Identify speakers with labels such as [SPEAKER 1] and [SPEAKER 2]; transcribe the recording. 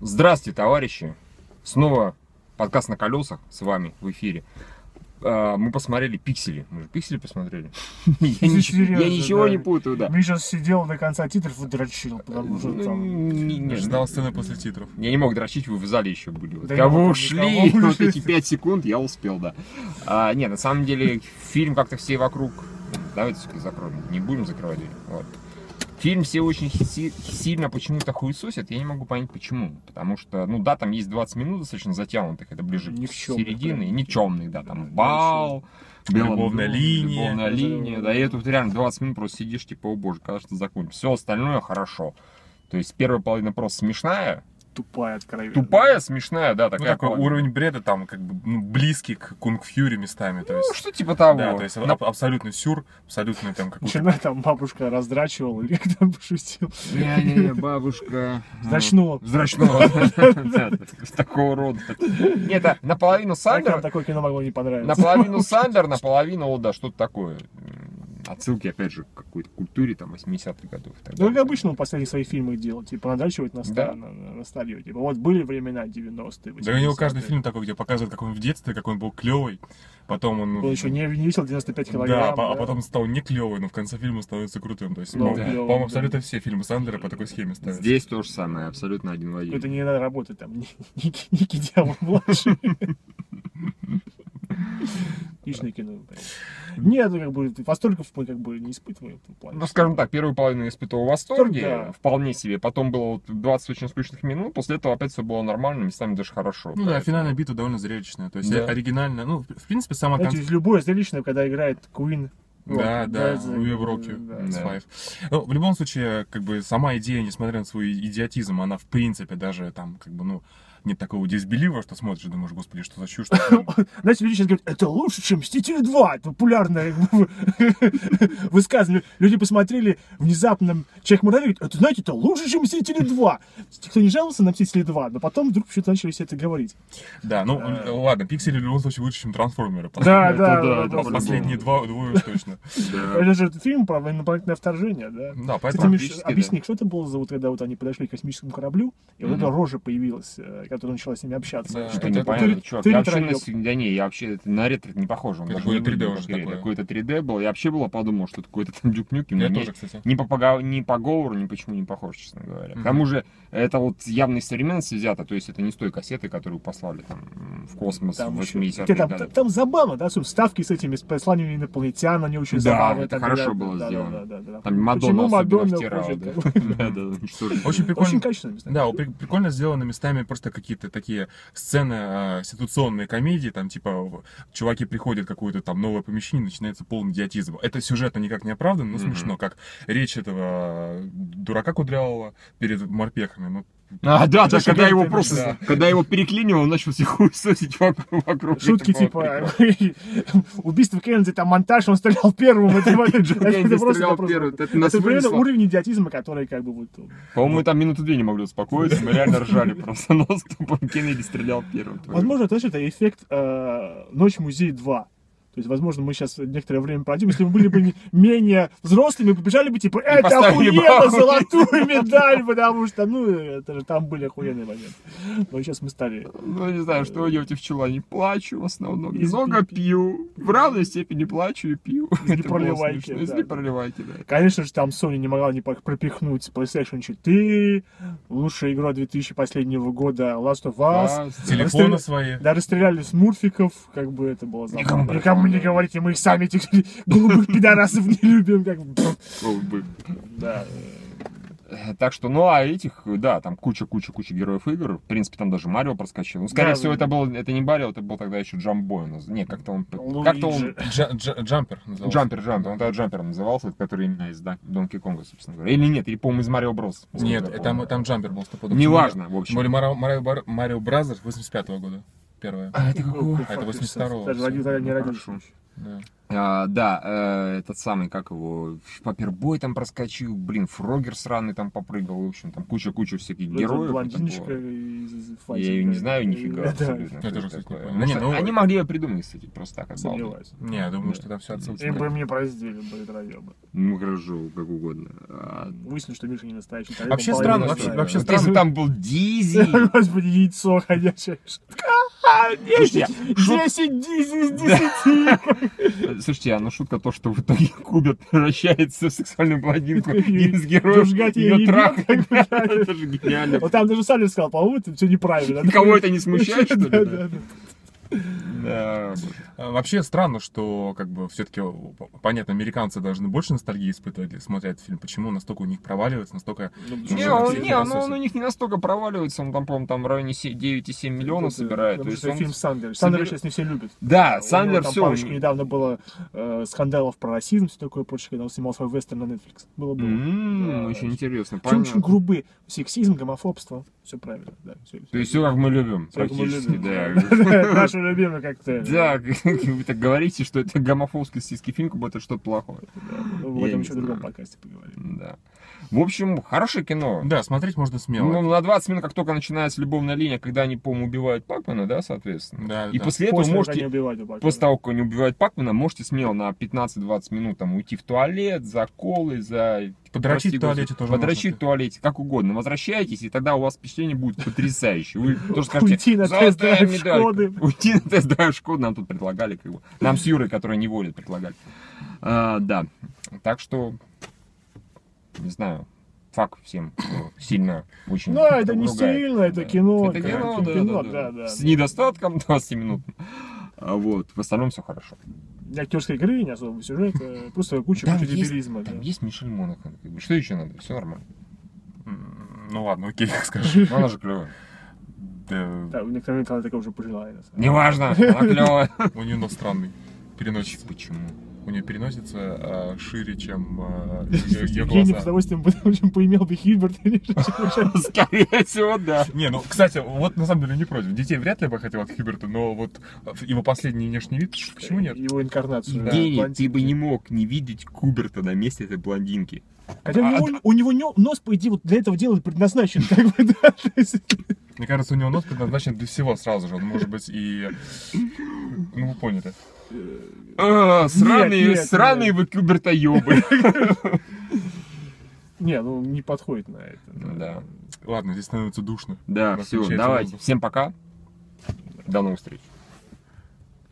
[SPEAKER 1] Здравствуйте, товарищи! Снова подкаст на колесах с вами в эфире. А, Мы посмотрели пиксели. Мы же пиксели посмотрели. Я
[SPEAKER 2] Ты
[SPEAKER 1] ничего- я
[SPEAKER 2] серьезно,
[SPEAKER 1] ничего
[SPEAKER 2] да?
[SPEAKER 1] не путаю, да.
[SPEAKER 2] Миша сидел до конца титров и дрочил, потому что
[SPEAKER 1] Ну,
[SPEAKER 2] там...
[SPEAKER 1] не- не,
[SPEAKER 3] Ждал сцены после титров.
[SPEAKER 1] Я не мог дрочить, вы в зале еще были. Вот
[SPEAKER 2] Да
[SPEAKER 1] Кого
[SPEAKER 2] никого-
[SPEAKER 1] ушли,
[SPEAKER 2] никого
[SPEAKER 1] вот
[SPEAKER 2] ушли.
[SPEAKER 1] эти 5 секунд я успел, да. А, не, на самом деле, фильм как-то все вокруг... Давайте все-таки закроем, не будем закрывать дверь. Вот. Фильм все очень си- сильно почему-то хуесосят, я не могу понять почему. Потому что, ну да, там есть 20 минут достаточно затянутых, это ближе к
[SPEAKER 2] Никчёмных
[SPEAKER 1] середине,
[SPEAKER 2] прям.
[SPEAKER 1] и никчемных, да, там бал, белом
[SPEAKER 3] Любовная
[SPEAKER 1] доме,
[SPEAKER 3] линия.
[SPEAKER 1] Любовная
[SPEAKER 2] Это-
[SPEAKER 1] линия, да, и это вот реально 20 минут просто сидишь, типа, о боже, когда что закончится. Все остальное хорошо. То есть первая половина просто смешная,
[SPEAKER 2] Тупая откровенно.
[SPEAKER 1] Тупая, смешная, да,
[SPEAKER 3] Ну,
[SPEAKER 1] такая.
[SPEAKER 3] такой
[SPEAKER 1] половина.
[SPEAKER 3] уровень бреда там как бы ну, близкий к Кунг Фьюри местами. То
[SPEAKER 1] Ну,
[SPEAKER 3] есть,
[SPEAKER 1] что типа того.
[SPEAKER 3] да, то есть
[SPEAKER 1] На-
[SPEAKER 3] аб- абсолютный сюр, абсолютный там какой-то...
[SPEAKER 2] Жена там бабушка раздрачивала или как там пошутил.
[SPEAKER 1] Не-не-не, бабушка.
[SPEAKER 2] Здрачнула.
[SPEAKER 1] Зрачного. Такого рода. Нет, это наполовину
[SPEAKER 2] Как нам
[SPEAKER 1] Сандер,
[SPEAKER 2] такое кино могло не понравиться?
[SPEAKER 1] наполовину Сандер, наполовину, вот, да, что-то такое. М, Отсылки, опять же, к какой-то культуре, там, 80-х годов. и так
[SPEAKER 2] Ну, как
[SPEAKER 1] далее.
[SPEAKER 2] обычно он последние свои фильмы делал, типа, надрачивать на,
[SPEAKER 1] Да.
[SPEAKER 2] стар- на, на- на старье. Типа, вот были времена 90-е, 80-е.
[SPEAKER 3] Да у него каждый фильм такой, где показывают, как он в детстве, как он был клевый, потом он...
[SPEAKER 2] Он еще не, не весил 95
[SPEAKER 3] Да,
[SPEAKER 2] килограмм.
[SPEAKER 3] а по- а потом стал не клевый, но в конце фильма становится крутым. То есть,
[SPEAKER 2] Ну,
[SPEAKER 3] по-моему,
[SPEAKER 2] да.
[SPEAKER 3] по-моему, абсолютно все фильмы Сандера по такой схеме ставятся.
[SPEAKER 1] Здесь то же самое, абсолютно один в
[SPEAKER 2] Это
[SPEAKER 1] один.
[SPEAKER 2] не надо работать там, Ник- Ник- Ники Дьявол младший. Отличное кино. блин. Нет, ну, как бы, восторгов мы как бы не испытываем в этом плане.
[SPEAKER 1] Ну, скажем так, первую половину я испытывал в восторге,
[SPEAKER 2] Да.
[SPEAKER 1] вполне себе. Потом было вот 20 очень скучных минут, после этого опять все было нормально, местами даже хорошо.
[SPEAKER 3] Ну да,
[SPEAKER 1] Поэтому-
[SPEAKER 3] финальная битва довольно зрелищная, то есть
[SPEAKER 1] Да.
[SPEAKER 3] оригинальная. Ну, в в принципе, сама
[SPEAKER 2] Знаете,
[SPEAKER 3] концепция...
[SPEAKER 2] любое зрелищное, когда играет Queen. Rock,
[SPEAKER 3] Да, да,
[SPEAKER 1] ну,
[SPEAKER 2] за-
[SPEAKER 3] We Rock You,
[SPEAKER 2] да.
[SPEAKER 3] It's
[SPEAKER 1] Да.
[SPEAKER 3] Five. Ну, в любом случае, как бы сама идея, несмотря на свой идиотизм, она в принципе даже там, как бы, ну, нет такого дисбелива, что смотришь и думаешь, господи, что за чушь. такая?»
[SPEAKER 2] Знаете, люди сейчас говорят, это лучше, чем «Мстители 2». Это популярное высказывание. Люди посмотрели внезапно «Человек муравей» говорит, это, знаете, это лучше, чем «Мстители 2». Кто не жаловался на «Мстители 2», но потом вдруг почему-то начали все это говорить.
[SPEAKER 3] Да, ну,
[SPEAKER 2] Да.
[SPEAKER 3] ладно, пиксели в любом случае лучше, чем трансформеры. Пос-
[SPEAKER 2] Да,
[SPEAKER 1] это да,
[SPEAKER 2] да, да,
[SPEAKER 1] это
[SPEAKER 2] да.
[SPEAKER 3] Последние два, двое уж точно.
[SPEAKER 1] Да.
[SPEAKER 2] Это же фильм про инопланетное вторжение, да.
[SPEAKER 3] Да,
[SPEAKER 2] Кстати,
[SPEAKER 3] поэтому...
[SPEAKER 2] Миш,
[SPEAKER 1] практически, да.
[SPEAKER 2] объясни, что это было за вот когда вот они подошли к космическому кораблю, и вот эта рожа появилась, э, которая начала с ними общаться.
[SPEAKER 3] Да,
[SPEAKER 1] Что
[SPEAKER 3] Это-
[SPEAKER 1] непонятно,
[SPEAKER 2] ты-
[SPEAKER 1] чувак.
[SPEAKER 2] ты
[SPEAKER 1] Я вообще
[SPEAKER 2] троёк.
[SPEAKER 1] на сиг- да не, я вообще это на ретро не похоже. Он
[SPEAKER 3] Это
[SPEAKER 1] даже не
[SPEAKER 3] какое-то 3D
[SPEAKER 1] выглядел
[SPEAKER 3] уже
[SPEAKER 1] как ретро.
[SPEAKER 3] такое.
[SPEAKER 1] Какое-то 3D было. Я вообще было подумал, что это какой-то там дюк Нюкем,
[SPEAKER 3] Я
[SPEAKER 1] но не-
[SPEAKER 3] тоже, кстати.
[SPEAKER 1] Ни по, пога- ни по говору, ни почему не похож, честно говоря. К
[SPEAKER 3] Мгм.
[SPEAKER 1] тому же, это вот явно из современности взято, то есть это не с той кассеты, которую послали там м, в космос
[SPEAKER 2] Там,
[SPEAKER 1] в
[SPEAKER 2] ещё-
[SPEAKER 1] 80-е
[SPEAKER 2] Хотя там,
[SPEAKER 1] годы.
[SPEAKER 2] там- там забавно, да, особенно ставки с этими с посланиями инопланетян, они очень
[SPEAKER 1] Да,
[SPEAKER 2] забавные.
[SPEAKER 1] это
[SPEAKER 2] там,
[SPEAKER 1] хорошо
[SPEAKER 2] да,
[SPEAKER 1] было
[SPEAKER 2] да,
[SPEAKER 1] сделано.
[SPEAKER 2] да, да, да, да.
[SPEAKER 1] Там Мадонна
[SPEAKER 2] Почему
[SPEAKER 1] особенно
[SPEAKER 2] Мадонна
[SPEAKER 1] втирала,
[SPEAKER 2] хочет?
[SPEAKER 1] да.
[SPEAKER 3] Мгм.
[SPEAKER 1] Да-да, уничтожили.
[SPEAKER 3] Очень
[SPEAKER 2] Очень
[SPEAKER 3] прикольно.
[SPEAKER 2] качественно, кстати.
[SPEAKER 3] Да, при- прикольно сделаны местами просто какие-то такие сцены э, ситуационные комедии, там типа в- чуваки приходят в какое-то там новое помещение, начинается полный идиотизм. Это сюжетно никак не оправдано, но
[SPEAKER 1] Мгм.
[SPEAKER 3] смешно, как речь этого э, дурака кудрявого перед морпехами. Ну,
[SPEAKER 1] А, да, да,
[SPEAKER 2] Слушай,
[SPEAKER 1] когда
[SPEAKER 2] я
[SPEAKER 1] его
[SPEAKER 2] это-
[SPEAKER 1] просто, когда его переклинило, он начал всех хуесосить вокруг. вокруг.
[SPEAKER 2] Шутки
[SPEAKER 1] Это было прикольно.
[SPEAKER 2] типа убийство Кеннеди, там монтаж, он стрелял первым. Это
[SPEAKER 1] Джо Кеннеди
[SPEAKER 2] это просто-
[SPEAKER 1] стрелял
[SPEAKER 2] это просто-
[SPEAKER 1] первым. Это нас
[SPEAKER 2] это примерно
[SPEAKER 1] вынесло.
[SPEAKER 2] уровень идиотизма, который как бы вот... э,
[SPEAKER 1] По-моему, мы там минуты две не могли успокоиться, мы реально ржали просто нон-стопом. Кеннеди стрелял первым.
[SPEAKER 2] Возможно, тоже это эффект э, «Ночь музей 2». То есть, возможно, мы сейчас некоторое время пройдем. Если мы были бы не- менее взрослыми, мы побежали бы, типа, это
[SPEAKER 1] поставили бы
[SPEAKER 2] охуенно,
[SPEAKER 1] охуенно».
[SPEAKER 2] золотую медаль, потому что, ну, это же там были охуенные моменты. Но сейчас мы стали...
[SPEAKER 1] Ну, не знаю, что вы делаете в чулане. Плачу в основном.
[SPEAKER 2] Из
[SPEAKER 1] Много пью. В равной степени плачу и пью.
[SPEAKER 2] Из
[SPEAKER 1] Это было
[SPEAKER 2] непроливайки,
[SPEAKER 1] смешно. Из
[SPEAKER 2] да.
[SPEAKER 1] непроливайки, да.
[SPEAKER 2] Конечно же, там Sony не могла не пок- пропихнуть PlayStation 4, лучшая игра 2000 последнего года Last of Us.
[SPEAKER 1] Раз,
[SPEAKER 3] телефоны свои.
[SPEAKER 2] Да, расстреляли с Мурфиков, как бы это было забавно.
[SPEAKER 1] Никому.
[SPEAKER 2] Никому, не говорите, мы их сами этих голубых пидорасов не любим. Как... бы, пф,
[SPEAKER 1] был бы.
[SPEAKER 2] Да.
[SPEAKER 1] Э, Так что, ну, а этих, да, там куча-куча-куча героев игр. В принципе, там даже Марио проскочил. Ну, скорее
[SPEAKER 2] Да,
[SPEAKER 1] всего,
[SPEAKER 2] да.
[SPEAKER 1] это был, это не Марио, это был тогда еще Джамбой. у нас. Не, как-то он...
[SPEAKER 2] Луиджи.
[SPEAKER 1] Как-то он...
[SPEAKER 3] Джа- джа- джампер назывался.
[SPEAKER 1] Джампер, Джампер, он тогда Джампер назывался, это который именно из Дон- Донки Конга, собственно говоря. Или нет, или, по-моему, из Марио Брос.
[SPEAKER 3] Нет,
[SPEAKER 1] Насколько я
[SPEAKER 3] там,
[SPEAKER 1] помню.
[SPEAKER 3] там джампер был стопудово.
[SPEAKER 1] Неважно, в
[SPEAKER 3] Тем
[SPEAKER 1] общем.
[SPEAKER 3] более Марио, Марио, Бар- Марио Бразерс 85 года. Первое.
[SPEAKER 1] А, это
[SPEAKER 2] Какой
[SPEAKER 1] какой?
[SPEAKER 3] это
[SPEAKER 2] факт,
[SPEAKER 3] 82-го
[SPEAKER 2] Даже
[SPEAKER 3] всё.
[SPEAKER 2] родился, не
[SPEAKER 1] Ну,
[SPEAKER 2] родился.
[SPEAKER 1] хорошо.
[SPEAKER 3] Да.
[SPEAKER 1] А, да, э, этот самый, как его, Папербой там проскочил, блин, Фрогер сраный там попрыгал, в общем, там куча-куча всяких героев. и
[SPEAKER 2] Этот Ну, Блондиночка
[SPEAKER 1] такого.
[SPEAKER 2] из из
[SPEAKER 1] Я
[SPEAKER 2] фантика.
[SPEAKER 1] ее не знаю нифига
[SPEAKER 2] Да,
[SPEAKER 1] абсолютно.
[SPEAKER 3] Я
[SPEAKER 1] кто
[SPEAKER 3] тоже,
[SPEAKER 1] это
[SPEAKER 3] кстати, не
[SPEAKER 1] такой.
[SPEAKER 3] понял. Не,
[SPEAKER 1] Может,
[SPEAKER 3] ну-
[SPEAKER 1] Они могли ее придумать, кстати, просто так, как балды.
[SPEAKER 2] Сомневаюсь.
[SPEAKER 3] Не, я думаю,
[SPEAKER 1] Да.
[SPEAKER 3] что там все отсылки.
[SPEAKER 2] Им бы мне поразделили бы троёбы.
[SPEAKER 1] Ну, хорошо, как угодно. А,
[SPEAKER 2] Выяснилось, что Миша не настоящий. тарелка
[SPEAKER 3] Вообще
[SPEAKER 2] половина
[SPEAKER 3] странно,
[SPEAKER 2] не
[SPEAKER 3] вообще-
[SPEAKER 2] знаю.
[SPEAKER 3] вообще
[SPEAKER 1] вот если бы
[SPEAKER 3] странно.
[SPEAKER 1] там был Дизи,
[SPEAKER 2] Господи, яйцо ходячее.
[SPEAKER 1] Слушайте, шут-
[SPEAKER 2] 10 дизи из 10.
[SPEAKER 1] Слушайте, а ну шутка то, что в итоге Кубер превращается в сексуальную блондинку
[SPEAKER 2] И
[SPEAKER 1] и из героев
[SPEAKER 2] жгать её
[SPEAKER 1] ее
[SPEAKER 2] ебёт,
[SPEAKER 1] трахает.
[SPEAKER 2] как бы,
[SPEAKER 1] Это же гениально. Ну,
[SPEAKER 2] Вот там даже Салли сказал, по-моему, это все неправильно.
[SPEAKER 1] Кого это не смущает, что
[SPEAKER 2] Да,
[SPEAKER 1] ли?
[SPEAKER 2] да, да.
[SPEAKER 1] Да,
[SPEAKER 3] А, Вообще странно, что как бы все-таки понятно, американцы должны больше ностальгии испытывать, если смотрят этот фильм. Почему настолько у них проваливается, настолько Ну,
[SPEAKER 1] Не,
[SPEAKER 3] ну,
[SPEAKER 1] он,
[SPEAKER 3] активный
[SPEAKER 1] не, он,
[SPEAKER 3] процесс.
[SPEAKER 1] он у них не настолько проваливается, он там, по-моему, там в районе се- 9,7 миллионов
[SPEAKER 2] Это-
[SPEAKER 1] собирает. То
[SPEAKER 2] Ну, Потому
[SPEAKER 1] есть
[SPEAKER 2] что
[SPEAKER 1] он-
[SPEAKER 2] фильм Сандер. Сандера
[SPEAKER 1] собер-
[SPEAKER 2] сейчас не все любят.
[SPEAKER 1] Да,
[SPEAKER 2] У него
[SPEAKER 1] Сандлер
[SPEAKER 2] там
[SPEAKER 1] все.
[SPEAKER 2] парочку недавно было э, скандалов про расизм, все такое прочее, когда он снимал свой вестерн на Netflix. Было было. Да,
[SPEAKER 1] М-м, Очень
[SPEAKER 2] да.
[SPEAKER 1] интересно,
[SPEAKER 2] Причем очень
[SPEAKER 1] понятно.
[SPEAKER 2] грубые. Сексизм, гомофобство. Все правильно, да. всё-
[SPEAKER 1] То есть все как мы любим,
[SPEAKER 2] всё, как мы
[SPEAKER 1] практически,
[SPEAKER 2] любим.
[SPEAKER 1] да.
[SPEAKER 2] Наша любимая коктейль.
[SPEAKER 1] Да, вы так говорите, что это гомофобский сиськи фильм, как будто это что-то плохое.
[SPEAKER 2] Ну,
[SPEAKER 1] Я
[SPEAKER 2] В этом
[SPEAKER 1] не
[SPEAKER 2] еще другом
[SPEAKER 1] знаю.
[SPEAKER 2] подкасте поговорим.
[SPEAKER 1] Да. В общем, хорошее кино.
[SPEAKER 3] Да, смотреть можно смело.
[SPEAKER 1] Ну, на 20 минут, как только начинается любовная линия, когда они, по-моему, убивают Пакмана, да, соответственно.
[SPEAKER 3] Да,
[SPEAKER 1] И
[SPEAKER 3] да.
[SPEAKER 1] после этого
[SPEAKER 2] После
[SPEAKER 1] можете...
[SPEAKER 2] «Как не убивать собаку»,
[SPEAKER 1] После
[SPEAKER 2] да.
[SPEAKER 1] того, как они убивают Пакмана, можете смело на 15-20 минут там уйти в туалет, за колы, за...
[SPEAKER 3] Подрочить
[SPEAKER 1] прости,
[SPEAKER 3] в туалете
[SPEAKER 1] господи,
[SPEAKER 3] тоже
[SPEAKER 1] Подрочить в
[SPEAKER 3] можно.
[SPEAKER 1] туалете, как угодно. Возвращаетесь, и тогда у вас впечатление будет потрясающее. Вы тоже скажете,
[SPEAKER 2] Уйти на
[SPEAKER 1] «За
[SPEAKER 2] тест-драйв
[SPEAKER 1] дай медальку».
[SPEAKER 2] «Шкоды».
[SPEAKER 1] Уйти на тест-драйв Шкоды нам тут предлагали. Как бы. Нам с Юрой, который не волит, предлагали. А, да. Так что, не знаю, фак всем кто сильно очень
[SPEAKER 2] Ну, это не
[SPEAKER 1] ругает.
[SPEAKER 2] сильно, это
[SPEAKER 1] Да.
[SPEAKER 2] кино,
[SPEAKER 1] Это
[SPEAKER 2] как
[SPEAKER 1] кино,
[SPEAKER 2] бы,
[SPEAKER 1] да,
[SPEAKER 2] кино,
[SPEAKER 1] да,
[SPEAKER 2] да,
[SPEAKER 1] да,
[SPEAKER 2] да.
[SPEAKER 1] С недостатком 20 минут. А вот, в остальном все хорошо.
[SPEAKER 2] Для актерской игры не особого сюжета, просто куча,
[SPEAKER 1] Там
[SPEAKER 2] куча
[SPEAKER 1] есть-
[SPEAKER 2] дебилизма.
[SPEAKER 1] Там
[SPEAKER 2] да.
[SPEAKER 1] есть Мишель Монахан. как бы. Что еще надо? Все нормально.
[SPEAKER 3] М, Ну ладно, окей, скажи.
[SPEAKER 1] Ну, Она же клевая.
[SPEAKER 3] Да,
[SPEAKER 2] Да, в некоторые моменты она такая уже пожилая. на самом деле.
[SPEAKER 1] Неважно, она клевая.
[SPEAKER 3] У нее нос странный. Переносится.
[SPEAKER 1] Почему?
[SPEAKER 3] У нее переносится а, шире, чем а, её- её
[SPEAKER 2] Евгений бы с
[SPEAKER 3] глаза.
[SPEAKER 2] удовольствием бы- чем поимел бы Хильберта. нежели чем Джек.
[SPEAKER 1] Скорее всего, да.
[SPEAKER 3] Не, ну, кстати, вот на самом деле не против. Детей вряд ли бы хотел от Хиберта, но вот а, его последний внешний вид, почему нет?
[SPEAKER 2] Его инкарнацию. да,
[SPEAKER 1] Евгений, ты
[SPEAKER 2] блондинки.
[SPEAKER 1] бы не мог не видеть Куберта на месте этой блондинки.
[SPEAKER 2] Хотя у
[SPEAKER 3] А-
[SPEAKER 2] него, у него нё- нос, по идее, вот для этого дело и предназначен. Как бы, да, то есть-
[SPEAKER 3] Мне кажется, у него нос предназначен для всего сразу же. Он может быть и... Ну, вы поняли.
[SPEAKER 1] А, Сраные,
[SPEAKER 2] Э, нет,
[SPEAKER 1] сраные вы Куберта ёбы.
[SPEAKER 2] Не, ну не подходит на это.
[SPEAKER 1] Да.
[SPEAKER 3] Ладно, здесь становится душно.
[SPEAKER 1] Да,
[SPEAKER 3] Да,
[SPEAKER 1] все,
[SPEAKER 3] включайте
[SPEAKER 1] давайте.
[SPEAKER 3] воздух.
[SPEAKER 1] Всем пока. До новых встреч.